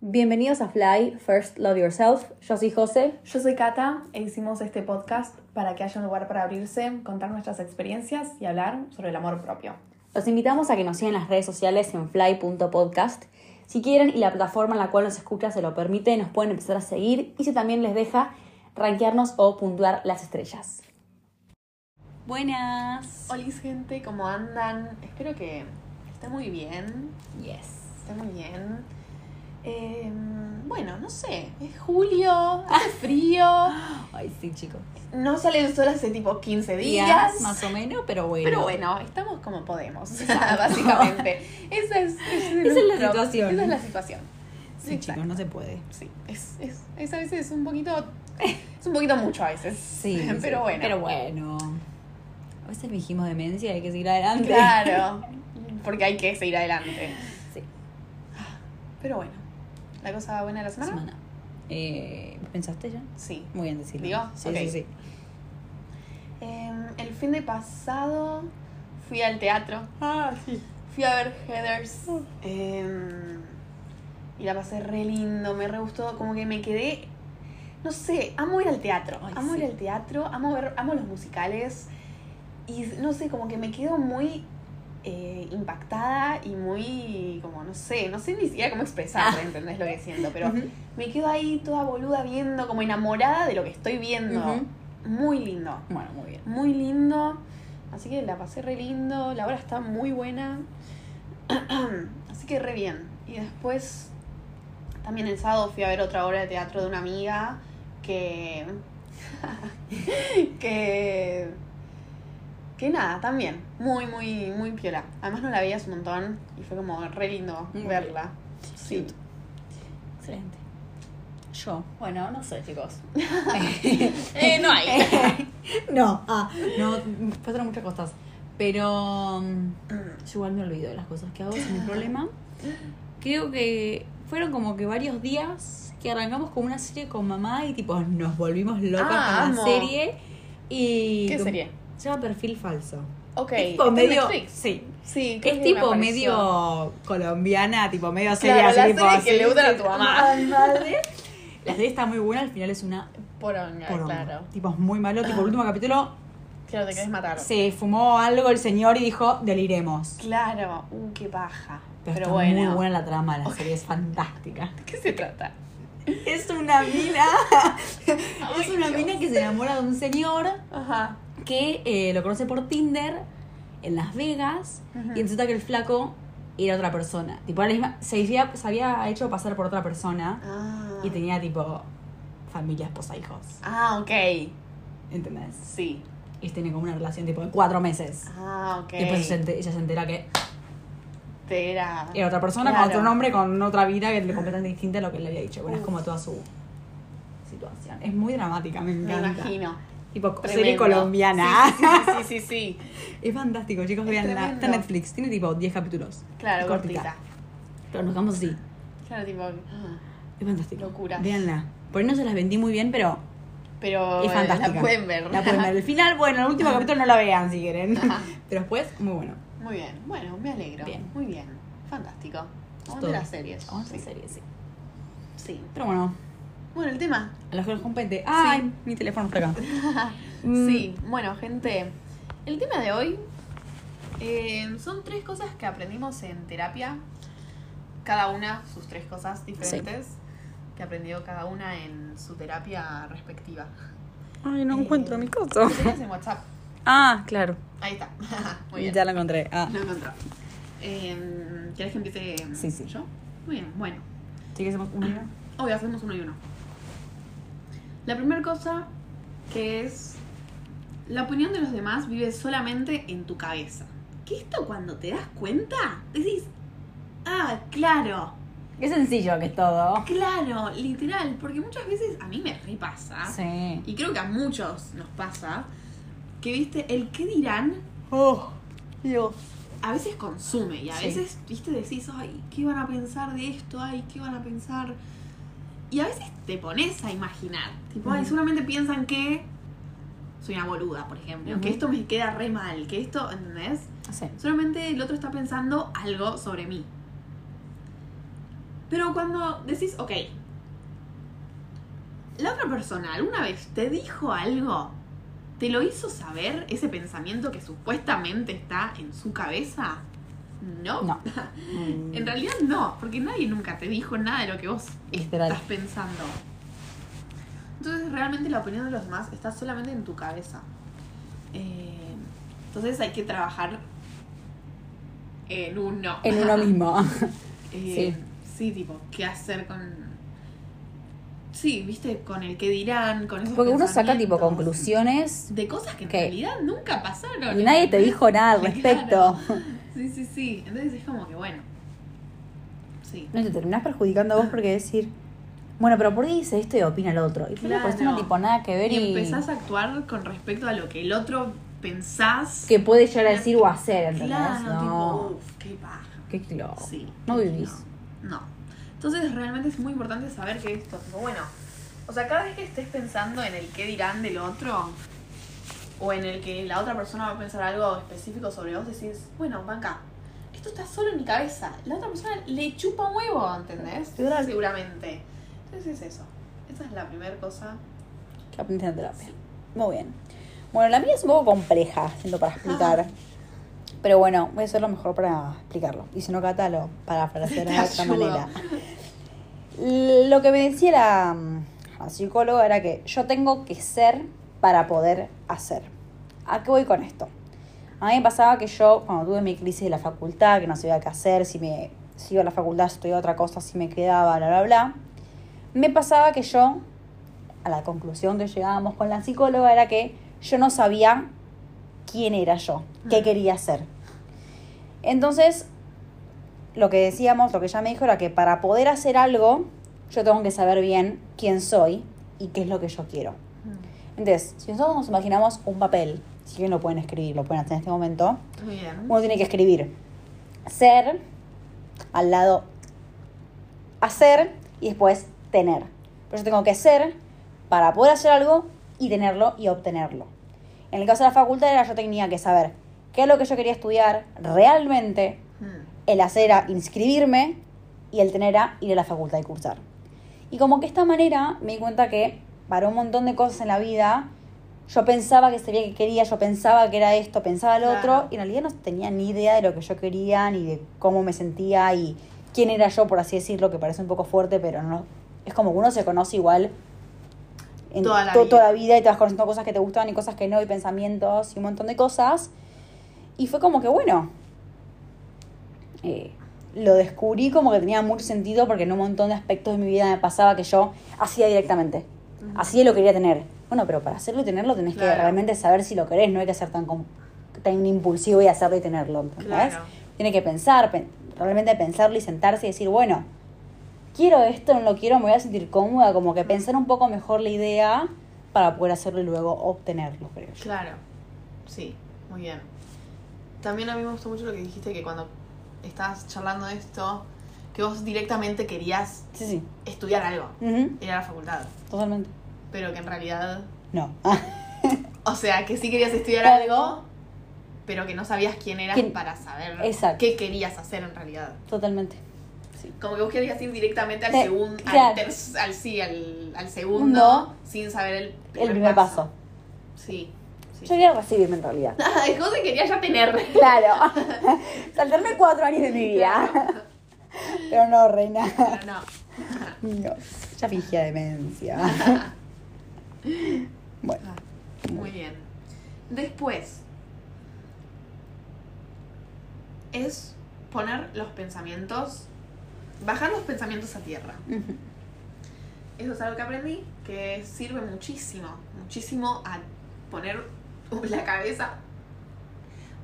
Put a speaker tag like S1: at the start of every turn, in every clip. S1: Bienvenidos a Fly, First Love Yourself. Yo soy José.
S2: Yo soy Cata e hicimos este podcast para que haya un lugar para abrirse, contar nuestras experiencias y hablar sobre el amor propio.
S1: Los invitamos a que nos sigan en las redes sociales en fly.podcast. Si quieren y la plataforma en la cual nos escucha se lo permite, nos pueden empezar a seguir y si también les deja rankearnos o puntuar las estrellas. Buenas.
S2: Hola gente, ¿cómo andan? Espero que estén muy bien.
S1: Yes.
S2: Estén muy bien. Eh, bueno, no sé, es julio, hace frío,
S1: Ay, sí, chicos.
S2: no sale el sol hace tipo 15 días.
S1: Días, más o menos, pero bueno.
S2: Pero bueno, estamos como podemos,
S1: Exacto.
S2: básicamente. Esa es, ese
S1: Esa es la
S2: nuestro-
S1: situación.
S2: Esa es la situación.
S1: Sí, chicos, no se puede.
S2: Sí, es, es, es a veces un poquito. Es un poquito mucho a veces.
S1: Sí.
S2: pero
S1: sí.
S2: bueno.
S1: Pero bueno. A veces fingimos demencia, hay que seguir adelante.
S2: Claro, porque hay que seguir adelante.
S1: Sí.
S2: Pero bueno, la cosa buena de la semana.
S1: Semana. Eh, ¿Pensaste ya?
S2: Sí.
S1: Muy bien decirlo.
S2: ¿Digo?
S1: Sí,
S2: Ok.
S1: sí, sí.
S2: Em, el fin de pasado fui al teatro.
S1: Ah, sí.
S2: Fui a ver Heathers.
S1: Oh.
S2: em, y la pasé re lindo, me re gustó. Como que me quedé. No sé, amo ir al teatro.
S1: Ay,
S2: amo
S1: sí.
S2: ir al teatro, amo, ver, amo los musicales. Y no sé, como que me quedo muy eh, impactada y muy. Como no sé, no sé ni siquiera cómo
S1: Ah.
S2: expresarme, ¿entendés lo que siento? Pero me quedo ahí toda boluda viendo, como enamorada de lo que estoy viendo.
S1: Ujú.
S2: Muy lindo
S1: Bueno, muy bien.
S2: muy lindo. Así que la pasé re lindo, la hora está muy buena. Así que re bien. Y después, también el sábado fui a ver otra obra de teatro de una amiga que. que. que nada, también. Muy, muy, muy piola. Además, no la veías un montón y fue como re lindo
S1: Muy
S2: verla. Sí.
S1: Cute. Excelente. Yo. Bueno, no sé, chicos.
S2: Eh, no hay.
S1: no, ah, no, pasaron muchas cosas. Pero mm, yo igual me olvido de las cosas que hago, es un problema. Creo que fueron como que varios días que arrancamos con una serie con mamá y tipo nos volvimos locas
S2: Ah,
S1: con
S2: amo.
S1: la serie. Y
S2: ¿Qué
S1: como-
S2: sería?
S1: Se llama Perfil Falso.
S2: Ok.
S1: tipo
S2: ¿está en
S1: medio-
S2: Netflix?
S1: Sí,
S2: Sí, creo
S1: Es
S2: que me
S1: tipo
S2: apareció.
S1: medio colombiana, tipo medio seria.
S2: Claro, la
S1: así, tipo,
S2: serie que
S1: así.
S2: le gustan a tu mamá.
S1: Ay, madre. La serie está muy buena, al final es una
S2: Poronga,
S1: poronga.
S2: claro.
S1: Tipo, es muy malo. Tipo, el último capítulo
S2: Claro, te querés matar.
S1: se fumó algo el señor y dijo, deliremos.
S2: Claro, uh, qué paja.
S1: Pero,
S2: Pero,
S1: está
S2: bueno.
S1: muy buena la trama, la serie es fantástica.
S2: ¿De qué se trata?
S1: Es una mina, es
S2: Ay,
S1: una
S2: Dios.
S1: mina que se enamora de un señor
S2: Ajá.
S1: que eh, lo conoce por Tinder en Las Vegas
S2: Ujú.
S1: y resulta que el flaco era otra persona. Tipo, era la misma- se, había, se había hecho pasar por otra persona
S2: Ah.
S1: y tenía tipo familia, esposa, hijos.
S2: Ah, ok.
S1: ¿Entendés?
S2: Sí.
S1: Y tiene como una relación tipo de cuatro meses.
S2: Ah, ok.
S1: Y después se ente- ella se entera que
S2: Te era.
S1: era otra persona con
S2: Claro.
S1: otro nombre, con otra vida que es completamente distinta a lo que le había dicho. Bueno, es como toda su situación. Es muy dramática, me
S2: Me
S1: encanta.
S2: imagino.
S1: Tipo serie
S2: Tremendo.
S1: colombiana.
S2: Sí, sí, sí, sí.
S1: Es fantástico, chicos,
S2: Es
S1: veanla. Está en
S2: tremendo.
S1: Netflix, tiene tipo 10 capítulos.
S2: Claro,
S1: Es
S2: cortita.
S1: Pero nos vamos así.
S2: Claro, tipo. ah,
S1: Es fantástico.
S2: Locura.
S1: Veanla. Por ahí no se las vendí muy bien, pero
S2: Pero
S1: es
S2: eh,
S1: fantástica.
S2: la pueden ver.
S1: La pueden ver. El final, bueno, el último capítulo no la vean si quieren.
S2: Ajá.
S1: Pero después, muy bueno.
S2: Muy bien. Bueno, me alegro.
S1: Bien.
S2: Muy bien. Fantástico. Aguante
S1: Todo.
S2: las series.
S1: Vamos a
S2: Sí.
S1: serie, sí.
S2: sí.
S1: Pero bueno,
S2: Bueno, el tema.
S1: a los que nos compete. ¡Ay! Mi teléfono por acá. Mm.
S2: Sí, bueno, gente, el tema de hoy eh, son tres cosas que aprendimos en terapia. Cada una sus tres cosas diferentes que aprendió cada una en su terapia respectiva. Eh,
S1: Ay,
S2: no encuentro mi
S1: coso.
S2: Lo tenías en WhatsApp.
S1: Ah, claro.
S2: Ahí está. Muy bien.
S1: Ya lo encontré. Ah.
S2: Lo encontró. Eh, ¿Quieres que empiece
S1: Sí, sí.
S2: yo? Muy bien, bueno.
S1: ¿Sí que hacemos una?
S2: Hoy hacemos Oh, uno y uno. La primera cosa que es la opinión de los demás vive solamente en tu cabeza. Que esto cuando te das cuenta, decís, ah, claro,
S1: Qué sencillo que es todo.
S2: claro, literal, porque muchas veces a mí me repasa,
S1: Sí.
S2: y creo que a muchos nos pasa, que viste, el qué dirán
S1: Oh, Dios.
S2: a veces consume y a
S1: Sí.
S2: veces, viste, decís, ay, ¿qué van a pensar de esto? Ay, ¿qué van a pensar? Y a veces te pones a imaginar. Tipo, ay,
S1: Ujú.
S2: seguramente piensan que soy una boluda, por ejemplo. Que
S1: Ujú.
S2: esto me queda re mal, que esto, ¿entendés?
S1: Sí.
S2: Solamente el otro está pensando algo sobre mí. Pero cuando decís, ok, la otra persona alguna vez te dijo algo, te lo hizo saber ese pensamiento que supuestamente está en su cabeza. No.
S1: No.
S2: En realidad no, porque nadie nunca te dijo nada de lo que vos
S1: Literal.
S2: estás pensando. Entonces realmente la opinión de los demás está solamente en tu cabeza. Eh, entonces hay que trabajar en uno.
S1: En uno mismo.
S2: Eh, sí. tipo, ¿qué hacer con... Sí, viste, con el que dirán, con esos
S1: Porque uno saca tipo
S2: pensamientos
S1: conclusiones
S2: De cosas que en
S1: que-
S2: realidad nunca pasaron.
S1: y nadie te dijo nada al respecto.
S2: Claro. Sí, sí, sí. Entonces es como que bueno. Sí.
S1: No, y te terminás perjudicando a vos porque decir, bueno, pero ¿por qué dice esto y opina el otro? Y fue una
S2: Claro.
S1: persona tipo nada que ver
S2: Y
S1: y,
S2: empezás a actuar con respecto a lo que el otro pensás.
S1: que puede llegar a decir o hacer, ¿entendés?
S2: claro,
S1: no.
S2: tipo, uff, qué paja.
S1: Qué kilo.
S2: Sí.
S1: No
S2: qué
S1: vivís.
S2: quilombo. No. Entonces realmente es muy importante saber que esto, tipo, bueno, o sea, cada vez que estés pensando en el qué dirán del otro, o en el que la otra persona va a pensar algo específico sobre vos, decís, bueno, banca, esto está solo en mi cabeza. La otra persona le chupa un huevo, ¿entendés?
S1: Claro.
S2: Seguramente. Entonces es eso. Esa es la primera cosa.
S1: Que aprendiste en terapia. Muy bien. Bueno, la mía es un poco compleja, siento para explicar. Pero bueno, voy a hacer lo mejor para explicarlo. Y si no, catalo, para hacer de
S2: Te
S1: otra
S2: ayudo.
S1: manera. Lo que me decía la, mm, la psicóloga era que yo tengo que ser para poder hacer. ¿A qué voy con esto? A mí me pasaba que yo, cuando tuve mi crisis de la facultad, que no sabía qué hacer, si me si iba a la facultad, si estudiaba otra cosa, si me quedaba, bla, bla, bla, me pasaba que yo, a la conclusión que llegábamos con la psicóloga era que yo no sabía quién era yo, qué
S2: Mm.
S1: quería hacer. Entonces, lo que decíamos, lo que ella me dijo era que para poder hacer algo, yo tengo que saber bien quién soy y qué es lo que yo quiero.
S2: Mm,
S1: Entonces, si nosotros nos imaginamos un papel, si bien lo pueden escribir, lo pueden hacer en este momento,
S2: Muy bien.
S1: uno tiene que escribir ser al lado hacer y después tener. Pero yo tengo que ser para poder hacer algo y tenerlo y obtenerlo. En el caso de la facultad era yo tenía que saber qué es lo que yo quería estudiar realmente,
S2: Mm.
S1: el hacer era inscribirme y el tener era ir a la facultad y cursar. Y como que esta manera me di cuenta que para un montón de cosas en la vida yo pensaba que sabía que quería, yo pensaba que era esto, pensaba lo
S2: Claro.
S1: otro, y en realidad no tenía ni idea de lo que yo quería, ni de cómo me sentía y quién era yo, por así decirlo, que parece un poco fuerte, pero no. Es como que uno se conoce igual en
S2: Toda la
S1: to-
S2: vida.
S1: toda la vida y te vas conociendo cosas que te gustaban y cosas que no, y pensamientos y un montón de cosas. Y fue como que, bueno, eh, lo descubrí como que tenía mucho sentido porque en un montón de aspectos de mi vida me pasaba que yo hacía directamente.
S2: Ujú.
S1: Así lo quería tener. Bueno, pero para hacerlo y tenerlo tenés que
S2: Claro.
S1: realmente saber si lo querés, no hay que ser tan, com- tan impulsivo y hacerlo y tenerlo, ¿entendés?
S2: Claro.
S1: Tiene que pensar, pen- realmente pensarlo y sentarse y decir, bueno, quiero esto, no lo quiero, me voy a sentir cómoda, como que pensar un poco mejor la idea para poder hacerlo y luego obtenerlo, creo yo.
S2: Claro, sí, muy bien. También a mí me gustó mucho lo que dijiste que cuando estabas charlando de esto, que vos directamente querías
S1: Sí, sí.
S2: estudiar algo,
S1: Ujú,
S2: ir a la facultad,
S1: Totalmente.
S2: pero que en realidad,
S1: No.
S2: o sea, que sí querías estudiar
S1: Claro.
S2: algo, pero que no sabías quién eras
S1: ¿Quién?
S2: para saber
S1: Exacto.
S2: qué querías hacer en realidad.
S1: Totalmente.
S2: Como que vos querías ir directamente al
S1: Sí,
S2: segundo,
S1: Eh, claro.
S2: al, terc- al, sí, al, al
S1: No.
S2: segundo, sin saber el primer,
S1: El primer paso.
S2: Sí. sí.
S1: Yo quería recibirme en realidad.
S2: Dejó de quería ya tener.
S1: Claro. Saltarme cuatro años de mi vida.
S2: Claro,
S1: Pero no, reina.
S2: pero no.
S1: No. Ya fingía demencia. Bueno.
S2: Ah, Muy bien. Después es poner los pensamientos, bajar los pensamientos a tierra. Eso es algo que aprendí que sirve muchísimo, muchísimo a poner la cabeza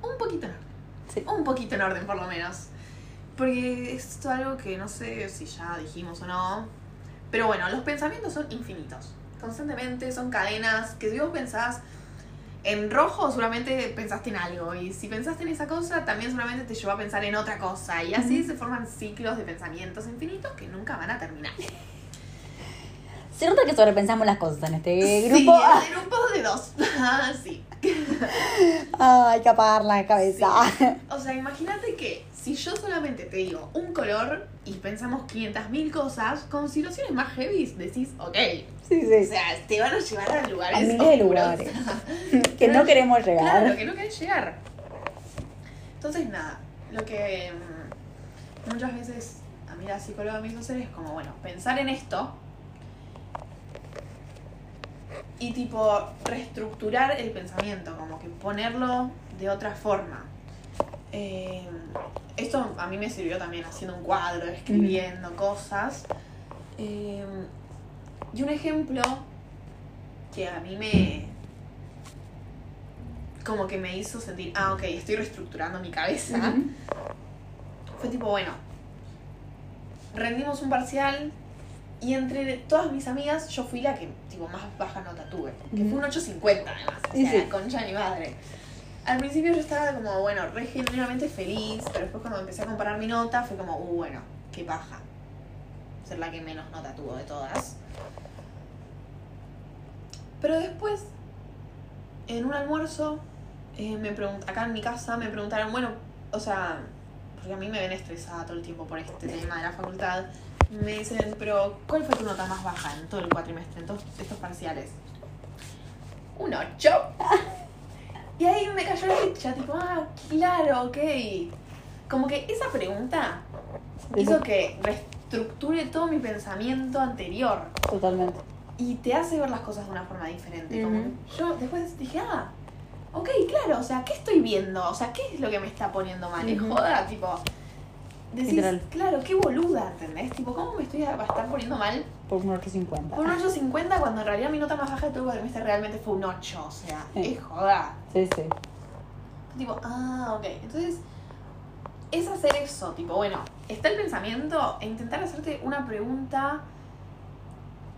S2: un poquito en orden.
S1: Sí.
S2: Un poquito en orden, por lo menos. Porque es algo que no sé si ya dijimos o no. Pero bueno, los pensamientos son infinitos. Constantemente son cadenas que si vos pensás en rojo, seguramente pensaste en algo. Y si pensaste en esa cosa, también seguramente te llevó a pensar en otra cosa. Y así se forman ciclos de pensamientos infinitos que nunca van a terminar.
S1: Se nota que sobrepensamos las cosas en este
S2: Sí,
S1: grupo.
S2: el grupo de dos. Ah, sí.
S1: Ah, hay que apagar la cabeza.
S2: O sea, imagínate que si yo solamente te digo un color y pensamos 500.000 cosas, con situaciones más heavy decís, ok,
S1: Sí,
S2: o
S1: sí.
S2: sea, te van a llevar a lugares
S1: A miles de
S2: oscuros.
S1: lugares que no queremos
S2: Claro,
S1: llegar.
S2: que no querés llegar. Entonces, nada, lo que mm, muchas veces a mí la psicóloga me hizo hacer es como, bueno, pensar en esto y tipo reestructurar el pensamiento, como que ponerlo de otra forma. Eh, esto a mí me sirvió también haciendo un cuadro, escribiendo cosas. Eh, y un ejemplo que a mí me, como que me hizo sentir, ah, ok, estoy reestructurando mi cabeza.
S1: Ujú.
S2: Fue tipo, bueno, rendimos un parcial y entre todas mis amigas yo fui la que tipo más baja nota tuve, que
S1: Ujú.
S2: fue un 850 además, o
S1: Y
S2: sea,
S1: sí.
S2: concha de mi madre. Al principio yo estaba como, bueno, re genuinamente feliz, pero después cuando empecé a comparar mi nota fue como, uh, bueno, qué baja. Ser la que menos nota tuvo de todas. Pero después, en un almuerzo, eh, me pregun- acá en mi casa me preguntaron, bueno, o sea, porque a mí me ven estresada todo el tiempo por este tema de la facultad. Me dicen, pero ¿cuál fue tu nota más baja en todo el cuatrimestre, en todos estos parciales? Un 8. Y ahí me cayó la ficha, tipo, ah, claro, ok. Como que esa pregunta hizo que reestructure todo mi pensamiento anterior
S1: Totalmente.
S2: y te hace ver las cosas de una forma diferente. como
S1: Ujú.
S2: que yo después dije, ah, ok, claro, o sea, ¿qué estoy viendo? O sea, ¿qué es lo que me está poniendo mal? Es
S1: Ujú.
S2: joda, tipo. Decís,
S1: Literal.
S2: claro, qué boluda, ¿entendés? Tipo, ¿cómo me estoy a a estar poniendo mal
S1: Por un 850.
S2: por un 8.50 cuando en realidad mi nota más baja de todo el cuatrimestre realmente fue un 8? O sea,
S1: Sí.
S2: es joda.
S1: Sí, sí.
S2: Tipo, ah, ok. Entonces, es hacer eso. Tipo, bueno, está el pensamiento e intentar hacerte una pregunta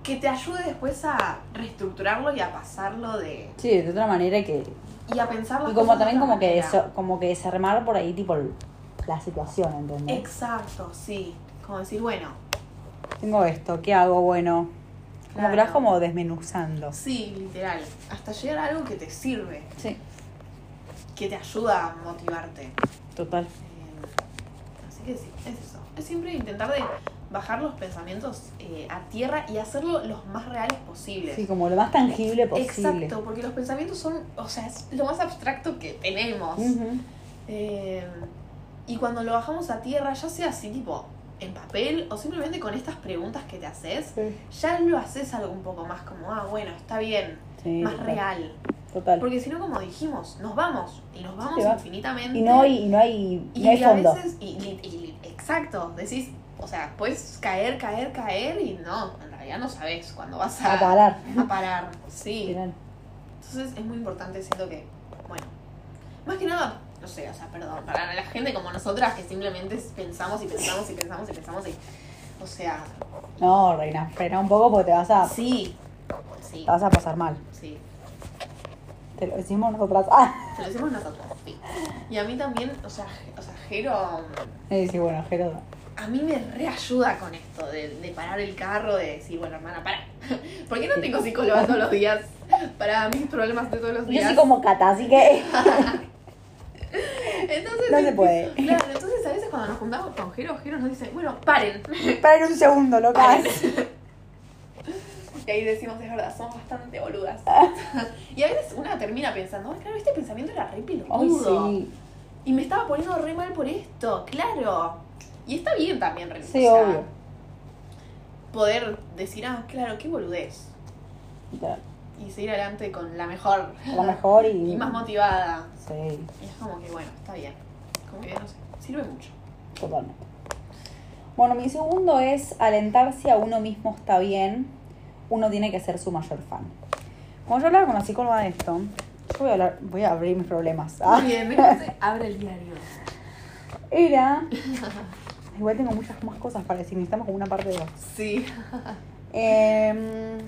S2: que te ayude después a reestructurarlo y a pasarlo de.
S1: Sí, de otra manera que.
S2: y a pensar las
S1: Y como
S2: cosas de
S1: también
S2: Ah, pues, otra
S1: como que,
S2: manera.
S1: deso- como que desarmar por ahí tipo el- la situación, ¿entendés?
S2: Exacto, sí. Como decir, bueno.
S1: Tengo esto, ¿qué hago? Bueno. Como que lo vas
S2: claro.
S1: como desmenuzando.
S2: Sí, literal. Hasta llegar a algo que te sirve,
S1: Sí.
S2: que te ayuda a motivarte.
S1: Total.
S2: Eh, Así que sí, es eso. Es siempre intentar de bajar los pensamientos eh, a tierra y hacerlo los más reales posibles.
S1: Sí, como lo más tangible posible.
S2: Exacto, porque los pensamientos son, o sea, es lo más abstracto que tenemos.
S1: Ujú.
S2: Eh, y cuando lo bajamos a tierra, ya sea así tipo en papel o simplemente con estas preguntas que te haces,
S1: Sí.
S2: ya lo haces algo un poco más como, ah, bueno, está bien, más
S1: total.
S2: real.
S1: Total.
S2: Porque si no, como dijimos, nos vamos y nos vamos
S1: va.
S2: infinitamente.
S1: Y no hay, y no hay,
S2: Y
S1: no hay
S2: a
S1: fondo.
S2: veces, y, y- y- exacto, decís, o sea, puedes caer, caer, caer y no, en realidad no sabes cuándo vas a,
S1: A parar.
S2: a parar. Sí.
S1: Literal.
S2: Entonces es muy importante, siento que, bueno, más que nada, no sé, o sea, perdón, para la gente como nosotras que simplemente pensamos y pensamos y pensamos y pensamos y, o sea,
S1: No, reina, frena un poco porque te vas a,
S2: sí, sí,
S1: te vas a pasar mal.
S2: sí,
S1: Te lo decimos nosotras. Ah,
S2: te lo decimos nosotros, sí. Y a mí también, o sea, je- o sea, Jero,
S1: y sí, bueno, Gerardo.
S2: a mí me reayuda con esto de, de parar el carro, de decir, bueno, hermana, para. ¿Por qué no tengo psicóloga todos los días para mis problemas de todos los
S1: Yo
S2: días?
S1: soy como Cata, así que
S2: Entonces, este,
S1: no se puede.
S2: Claro, entonces a veces cuando nos juntamos con Jero, Jero nos dice, bueno, paren.
S1: Paren un segundo, locas.
S2: Y ahí decimos, es verdad, somos bastante boludas. y a veces una termina pensando, "Ay, claro, este pensamiento era re
S1: Ay,
S2: pelotudo.
S1: sí.
S2: Y me estaba poniendo re mal por esto, claro. Y está bien también, re-
S1: Sí,
S2: o sea,
S1: obvio.
S2: Poder decir, ah, claro, qué boludez.
S1: Literal.
S2: Y seguir adelante con la mejor
S1: A lo mejor y.
S2: y más motivada.
S1: Sí,
S2: Y es como que, bueno, está bien. Como que, no sé, sirve mucho.
S1: totalmente. Bueno, mi segundo es alentarse a uno mismo está bien. Uno tiene que ser su mayor fan. Como yo hablaba con la psicóloga de esto, yo voy a, hablar- voy a abrir mis problemas. ¿ah?
S2: Muy bien, me parece, abre el diario.
S1: Era. Igual tengo muchas más cosas para decir. Necesitamos como una parte de dos.
S2: Sí.
S1: Em,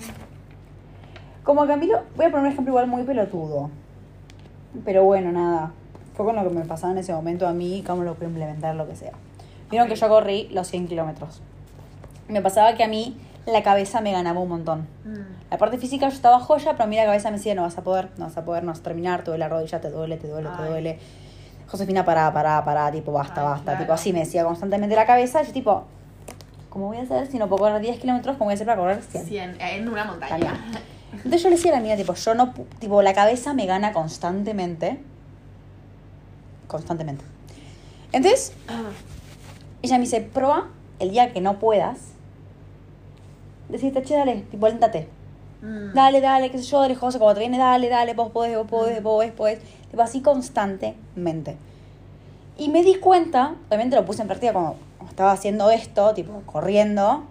S1: como Camilo, voy a poner un ejemplo igual muy pelotudo. Pero bueno, nada. Fue con lo que me pasaba en ese momento a mí y cómo lo puedo implementar, lo que sea. Vieron que yo corrí los 100 kilómetros. Me pasaba que a mí la cabeza me ganaba un montón.
S2: Mm.
S1: La parte física yo estaba joya, pero a mí la cabeza me decía, no vas a poder, no vas a poder, no vas a terminar, te duele la rodilla, te duele, te duele, te
S2: Ay.
S1: duele. Josefina, pará, pará, pará, tipo, basta,
S2: Ay,
S1: basta.
S2: claro.
S1: Tipo, así me decía constantemente la cabeza. Yo tipo, ¿cómo voy a hacer si no puedo correr 10 kilómetros? ¿Cómo voy a hacer para correr 100?
S2: Cien, eh, en una montaña.
S1: También. Entonces yo le decía a la mía, tipo, yo no, pu- tipo, la cabeza me gana constantemente. Constantemente. Entonces, ella me dice, prueba el día que no puedas. Deciste, che, dale, tipo, aléntate.
S2: Mm.
S1: Dale, dale, qué sé yo, dale, José, cuando te viene, dale, dale, vos podés, vos
S2: Mm.
S1: podés, vos podés, podés. Tipo, así constantemente. Y me di cuenta, obviamente lo puse en práctica cuando estaba haciendo esto, tipo, corriendo.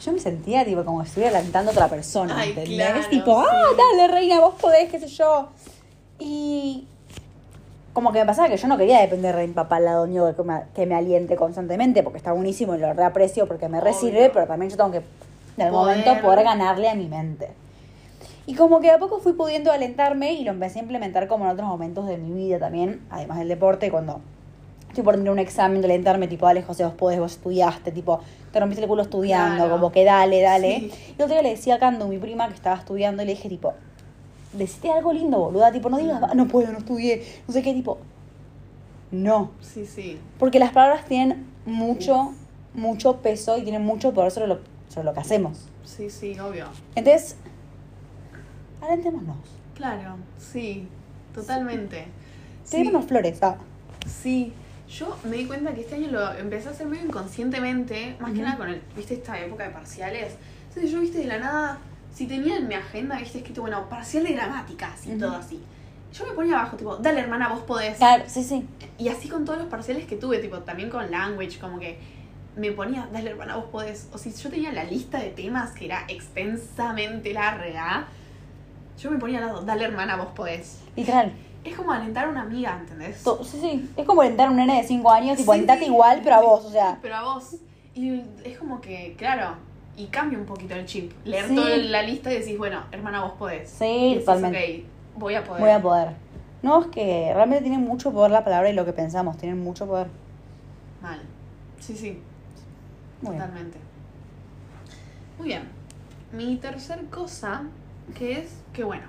S1: Yo me sentía, tipo, como si estuviera alentando a otra persona,
S2: Ay,
S1: ¿entendés?
S2: claro,
S1: tipo, ah, dale, reina, vos podés, qué sé yo. Y como que me pasaba que yo no quería depender de mi papá al lado mío que me, que me aliente constantemente, porque está buenísimo y lo reaprecio porque me resirve,
S2: Obvio.
S1: pero también yo tengo que, en algún
S2: Poder.
S1: momento, poder ganarle a mi mente. Y como que de a poco fui pudiendo alentarme y lo empecé a implementar como en otros momentos de mi vida también, además del deporte, cuando estoy por tener un examen de alentarme, tipo, dale, José, vos podés, vos estudiaste, tipo, te rompiste el culo estudiando,
S2: Claro.
S1: como que dale, dale.
S2: Sí.
S1: Y otro día le decía a Cando, mi prima, que estaba estudiando, y le dije, tipo, deciste algo lindo, boluda, tipo, no digas, "Ah, no puedo, no estudié, no sé qué, tipo, no.
S2: Sí, sí.
S1: Porque las palabras tienen mucho, mucho peso y tienen mucho poder sobre lo, sobre lo que hacemos.
S2: Sí, sí, obvio.
S1: Entonces, alentémonos.
S2: Claro, sí, totalmente. Sí,
S1: Seguimos flores. ah.
S2: sí. Yo me di cuenta que este año lo empecé a hacer medio inconscientemente, más que
S1: Ujú.
S2: nada con el, viste, esta época de parciales. Entonces yo, viste, de la nada, si tenía en mi agenda, viste, escrito, bueno, parcial de gramáticas y
S1: Ujú.
S2: todo así. Yo me ponía abajo, tipo, dale hermana, vos podés.
S1: Claro, sí, sí.
S2: Y así con todos los parciales que tuve, tipo, también con language, como que me ponía, dale hermana, vos podés. O si yo tenía la lista de temas que era extensamente larga, yo me ponía al lado, dale hermana, vos podés.
S1: Literal.
S2: Es como alentar a una amiga, ¿entendés?
S1: To- Sí, sí. Es como alentar a un nene de 5 años, tipo,
S2: Sí,
S1: alentate
S2: sí.
S1: igual, pero a vos, o sea.
S2: Pero a vos. Y es como que, claro, y cambia un poquito el chip. Leer
S1: Sí.
S2: toda la lista y decís, bueno, hermana, vos podés.
S1: Sí,
S2: Y decís,
S1: totalmente.
S2: "Ok, voy a poder.
S1: Voy a poder. No, es que realmente tiene mucho poder la palabra y lo que pensamos, tienen mucho poder.
S2: Mal. Sí, sí,
S1: Muy bien.
S2: totalmente. Muy bien. Mi tercer cosa, que es que, bueno,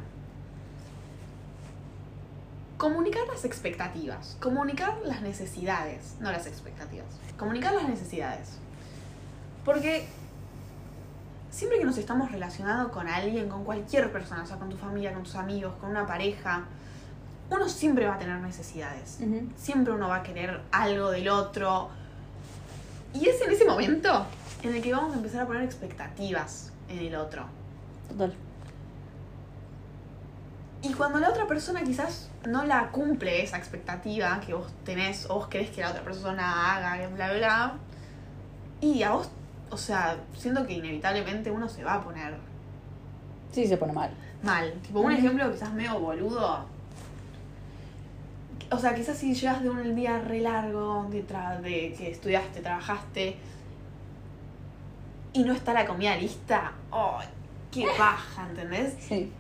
S2: comunicar las expectativas, comunicar las necesidades, no las expectativas, comunicar las necesidades. Porque siempre que nos estamos relacionando con alguien, con cualquier persona, o sea, con tu familia, con tus amigos, con una pareja, uno siempre va a tener necesidades
S1: Ujú.
S2: siempre uno va a querer algo del otro. Y es en ese momento en el que vamos a empezar a poner expectativas en el otro.
S1: Total.
S2: Y cuando la otra persona quizás no la cumple esa expectativa que vos tenés o vos querés que la otra persona haga, bla, bla, bla, y a vos, o sea, siento que inevitablemente uno se va a poner
S1: Sí, se pone mal.
S2: mal. Tipo, un
S1: Ujú.
S2: ejemplo quizás medio boludo. O sea, quizás si llegas de un día re largo, de, tra- de que estudiaste, trabajaste, y no está la comida lista, ¡ay, qué baja! ¿Entendés?
S1: Sí.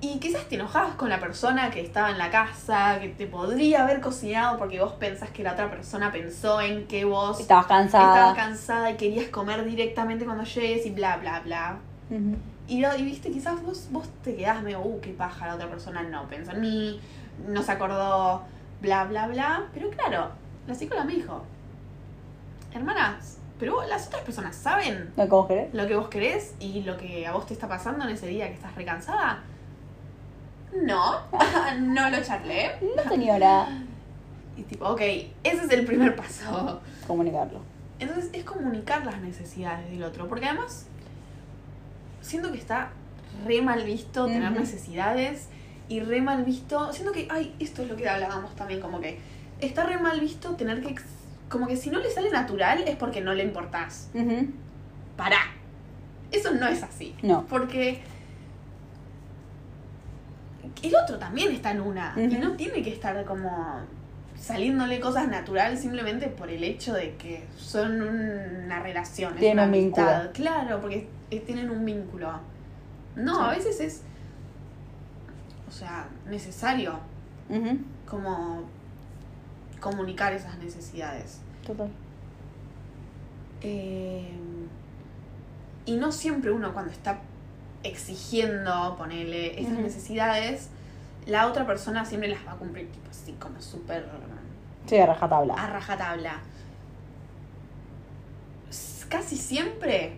S2: Y quizás te enojabas con la persona que estaba en la casa, que te podría haber cocinado porque vos pensás que la otra persona pensó en que vos
S1: Estabas cansada.
S2: estabas cansada y querías comer directamente cuando llegues y bla, bla, bla.
S1: Ujú.
S2: Y, lo- y viste, quizás vos, vos te quedás medio, uh, qué paja, la otra persona no pensó en mí, no se acordó, bla, bla, bla. Pero claro, la psicóloga me dijo, hermanas, pero vos- las otras personas saben
S1: ¿No es como querés?
S2: lo que vos querés y lo que a vos te está pasando en ese día que estás recansada. No, no lo charlé.
S1: No, señora.
S2: Y tipo, ok, ese es el primer paso.
S1: Comunicarlo.
S2: Entonces es comunicar las necesidades del otro, porque además siento que está re mal visto tener
S1: Ujú.
S2: necesidades y re mal visto, siento que, ay, esto es lo que hablábamos también, como que está re mal visto tener que, ex- como que si no le sale natural es porque no le importás.
S1: Ujú.
S2: Pará. Eso no es así.
S1: No.
S2: Porque el otro también está en una. Y
S1: Ujú.
S2: no tiene que estar como saliéndole cosas naturales simplemente por el hecho de que son una relación. es
S1: Tienen
S2: una
S1: un vínculo.
S2: amistad. Claro, porque eh, tienen un vínculo. No,
S1: Sí.
S2: a veces es. O sea, necesario
S1: Ujú.
S2: como comunicar esas necesidades.
S1: Total.
S2: Eh, Y no siempre uno cuando está exigiendo, ponerle esas
S1: Ujú.
S2: necesidades, la otra persona siempre las va a cumplir, tipo así, como súper
S1: Sí, a rajatabla.
S2: a rajatabla. S- Casi siempre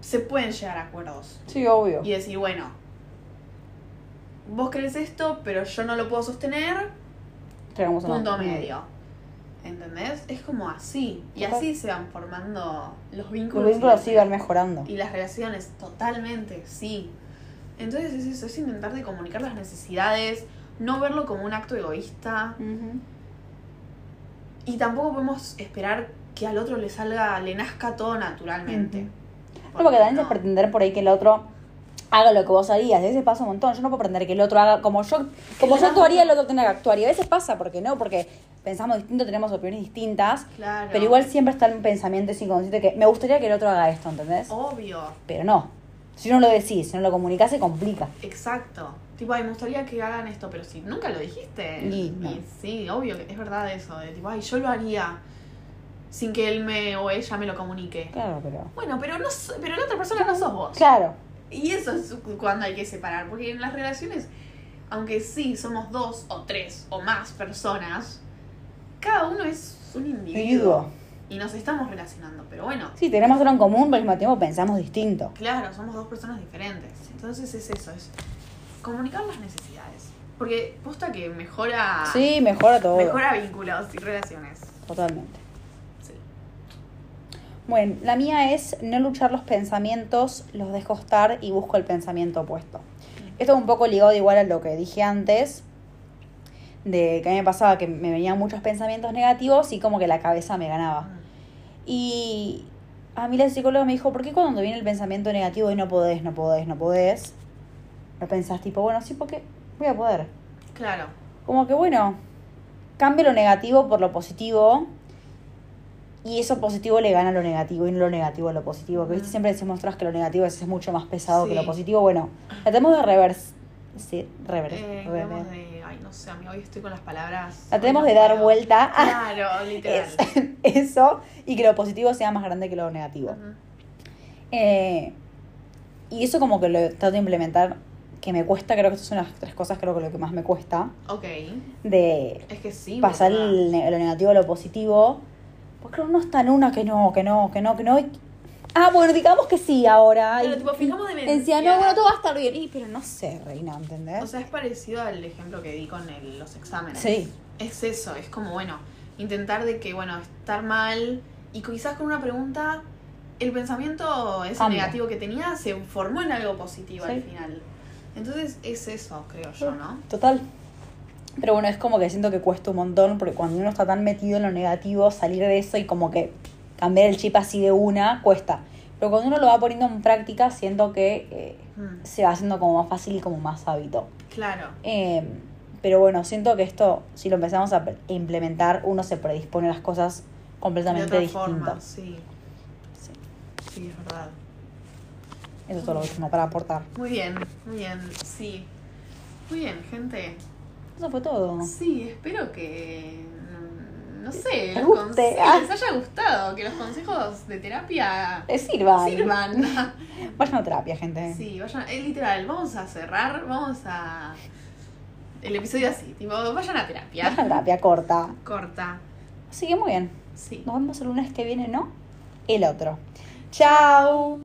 S2: se pueden llegar a acuerdos
S1: Sí, obvio.
S2: y decir, bueno, vos querés esto, pero yo no lo puedo sostener,
S1: Llegamos a una-
S2: punto medio. ¿Entendés? Es como así. Y
S1: Total.
S2: así se van formando los
S1: Los
S2: vínculos.
S1: vínculos
S2: y,
S1: sí
S2: las,
S1: van mejorando.
S2: y las relaciones, totalmente, sí. Entonces es eso, es intentar de comunicar las necesidades, no verlo como un acto egoísta.
S3: Ujú.
S2: Y tampoco podemos esperar que al otro le salga, le nazca todo naturalmente.
S1: Ujú. No, porque también es
S2: no.
S1: pretender por ahí que el otro haga lo que vos harías. A veces pasa un montón. Yo no puedo pretender que el otro haga como yo, como yo actuaría, el otro tenga que actuar. Y a veces pasa, porque no, porque pensamos distinto, tenemos opiniones distintas.
S2: Claro.
S1: Pero igual siempre está el pensamiento ese inconsciente que me gustaría que el otro haga esto, ¿entendés?
S2: Obvio,
S1: Pero no. Si no lo decís, si no lo comunicás, se complica.
S2: exacto. Tipo, ay, me gustaría que hagan esto, pero si nunca lo dijiste.
S1: Y no.
S2: sí, obvio, que es verdad eso. De tipo, ay, yo lo haría sin que él me o ella me lo comunique.
S1: Claro, pero.
S2: Bueno, pero no so- pero la otra persona no sos vos.
S1: Claro.
S2: Y eso es cuando hay que separar, porque en las relaciones, aunque sí somos dos o tres o más personas, cada uno es un individuo.
S1: Individuo.
S2: y nos estamos relacionando. Pero bueno,
S1: Sí, tenemos algo en común, pero al mismo tiempo pensamos distinto.
S2: claro, somos dos personas diferentes. Entonces es eso, es comunicar las necesidades. Porque posta que mejora,
S1: Sí, mejora todo.
S2: Ah. mejora vínculos y relaciones.
S1: Totalmente.
S2: Sí.
S1: Bueno, la mía es no luchar los pensamientos, los dejo estar y busco el pensamiento opuesto. Esto es un poco ligado igual a lo que dije antes, de que a mí me pasaba que me venían muchos pensamientos negativos y como que la cabeza me ganaba. Y a mí la psicóloga me dijo, ¿por qué cuando viene el pensamiento negativo y no podés, no podés, no podés? No pensás tipo, bueno, sí, porque voy a poder
S2: Claro,
S1: como que bueno, cambio lo negativo por lo positivo y eso positivo le gana a lo negativo y no lo negativo a lo positivo. Que viste,
S2: Ujú.
S1: siempre decimos tras que lo negativo a veces es mucho más pesado que lo
S2: Sí.
S1: positivo. Bueno, tratemos de reverse. Sí, reverse.
S2: eh,
S1: rever-
S2: tenemos de, ay, no sé, amigo, hoy estoy con las palabras.
S1: Tratemos
S2: hoy
S1: de
S2: no
S1: dar
S2: puedo.
S1: vuelta a
S2: Claro, literal.
S1: es- eso y que lo positivo sea más grande que lo negativo.
S2: Ujú.
S1: Eh, y eso como que lo trato de implementar, que me cuesta, creo que estas son las tres cosas creo que lo que más me cuesta,
S2: Ok,
S1: de
S2: es que sí.
S1: pasar
S2: boluda.
S1: el ne- lo negativo a lo positivo. Porque uno está en una que no, que no, que no, que no. y- Ah, bueno, digamos que sí ahora.
S2: Claro,
S1: y-
S2: tipo, fijamos
S1: y
S2: demencia.
S1: decía, no, bueno, todo va a estar bien. Y, pero no sé, reina, ¿entendés?
S2: O sea, es parecido al ejemplo que di con el- los exámenes.
S1: sí,
S2: Es eso, es como, bueno, intentar de que, bueno, estar mal y quizás con una pregunta, el pensamiento ese
S1: Cambia.
S2: negativo que tenía se formó en algo positivo al
S1: Sí.
S2: final. Entonces es eso, creo yo, ¿no?
S1: total. Pero bueno, es como que siento que cuesta un montón porque cuando uno está tan metido en lo negativo, salir de eso y como que cambiar el chip así de una, cuesta. Pero cuando uno lo va poniendo en práctica, siento que eh,
S2: Mm,
S1: se va haciendo como más fácil y como más hábito.
S2: Claro,
S1: Eh, pero bueno, siento que esto, si lo empezamos a pre- implementar, uno se predispone a las cosas
S2: de
S1: completamente
S2: otra forma,
S1: distintas.
S2: sí.
S1: Sí.
S2: Sí, es verdad.
S1: Eso es todo lo último para aportar.
S2: Muy bien, muy bien, sí. Muy bien, gente.
S1: Eso fue todo.
S2: Sí, espero que. mm, No sé,
S1: Les
S2: los
S1: guste.
S2: conse-
S1: Ah.
S2: les haya gustado, que los consejos de terapia
S1: Les sirvan.
S2: sirvan.
S1: Eh, Vayan a terapia, gente.
S2: Sí, vayan, eh, literal, vamos a cerrar, vamos a... El episodio así, tipo, vayan a
S1: Vayan a
S2: terapia.
S1: terapia corta.
S2: Corta,
S1: Así que muy bien.
S2: sí.
S1: Nos vemos el lunes que viene, ¿no? El otro. Chao.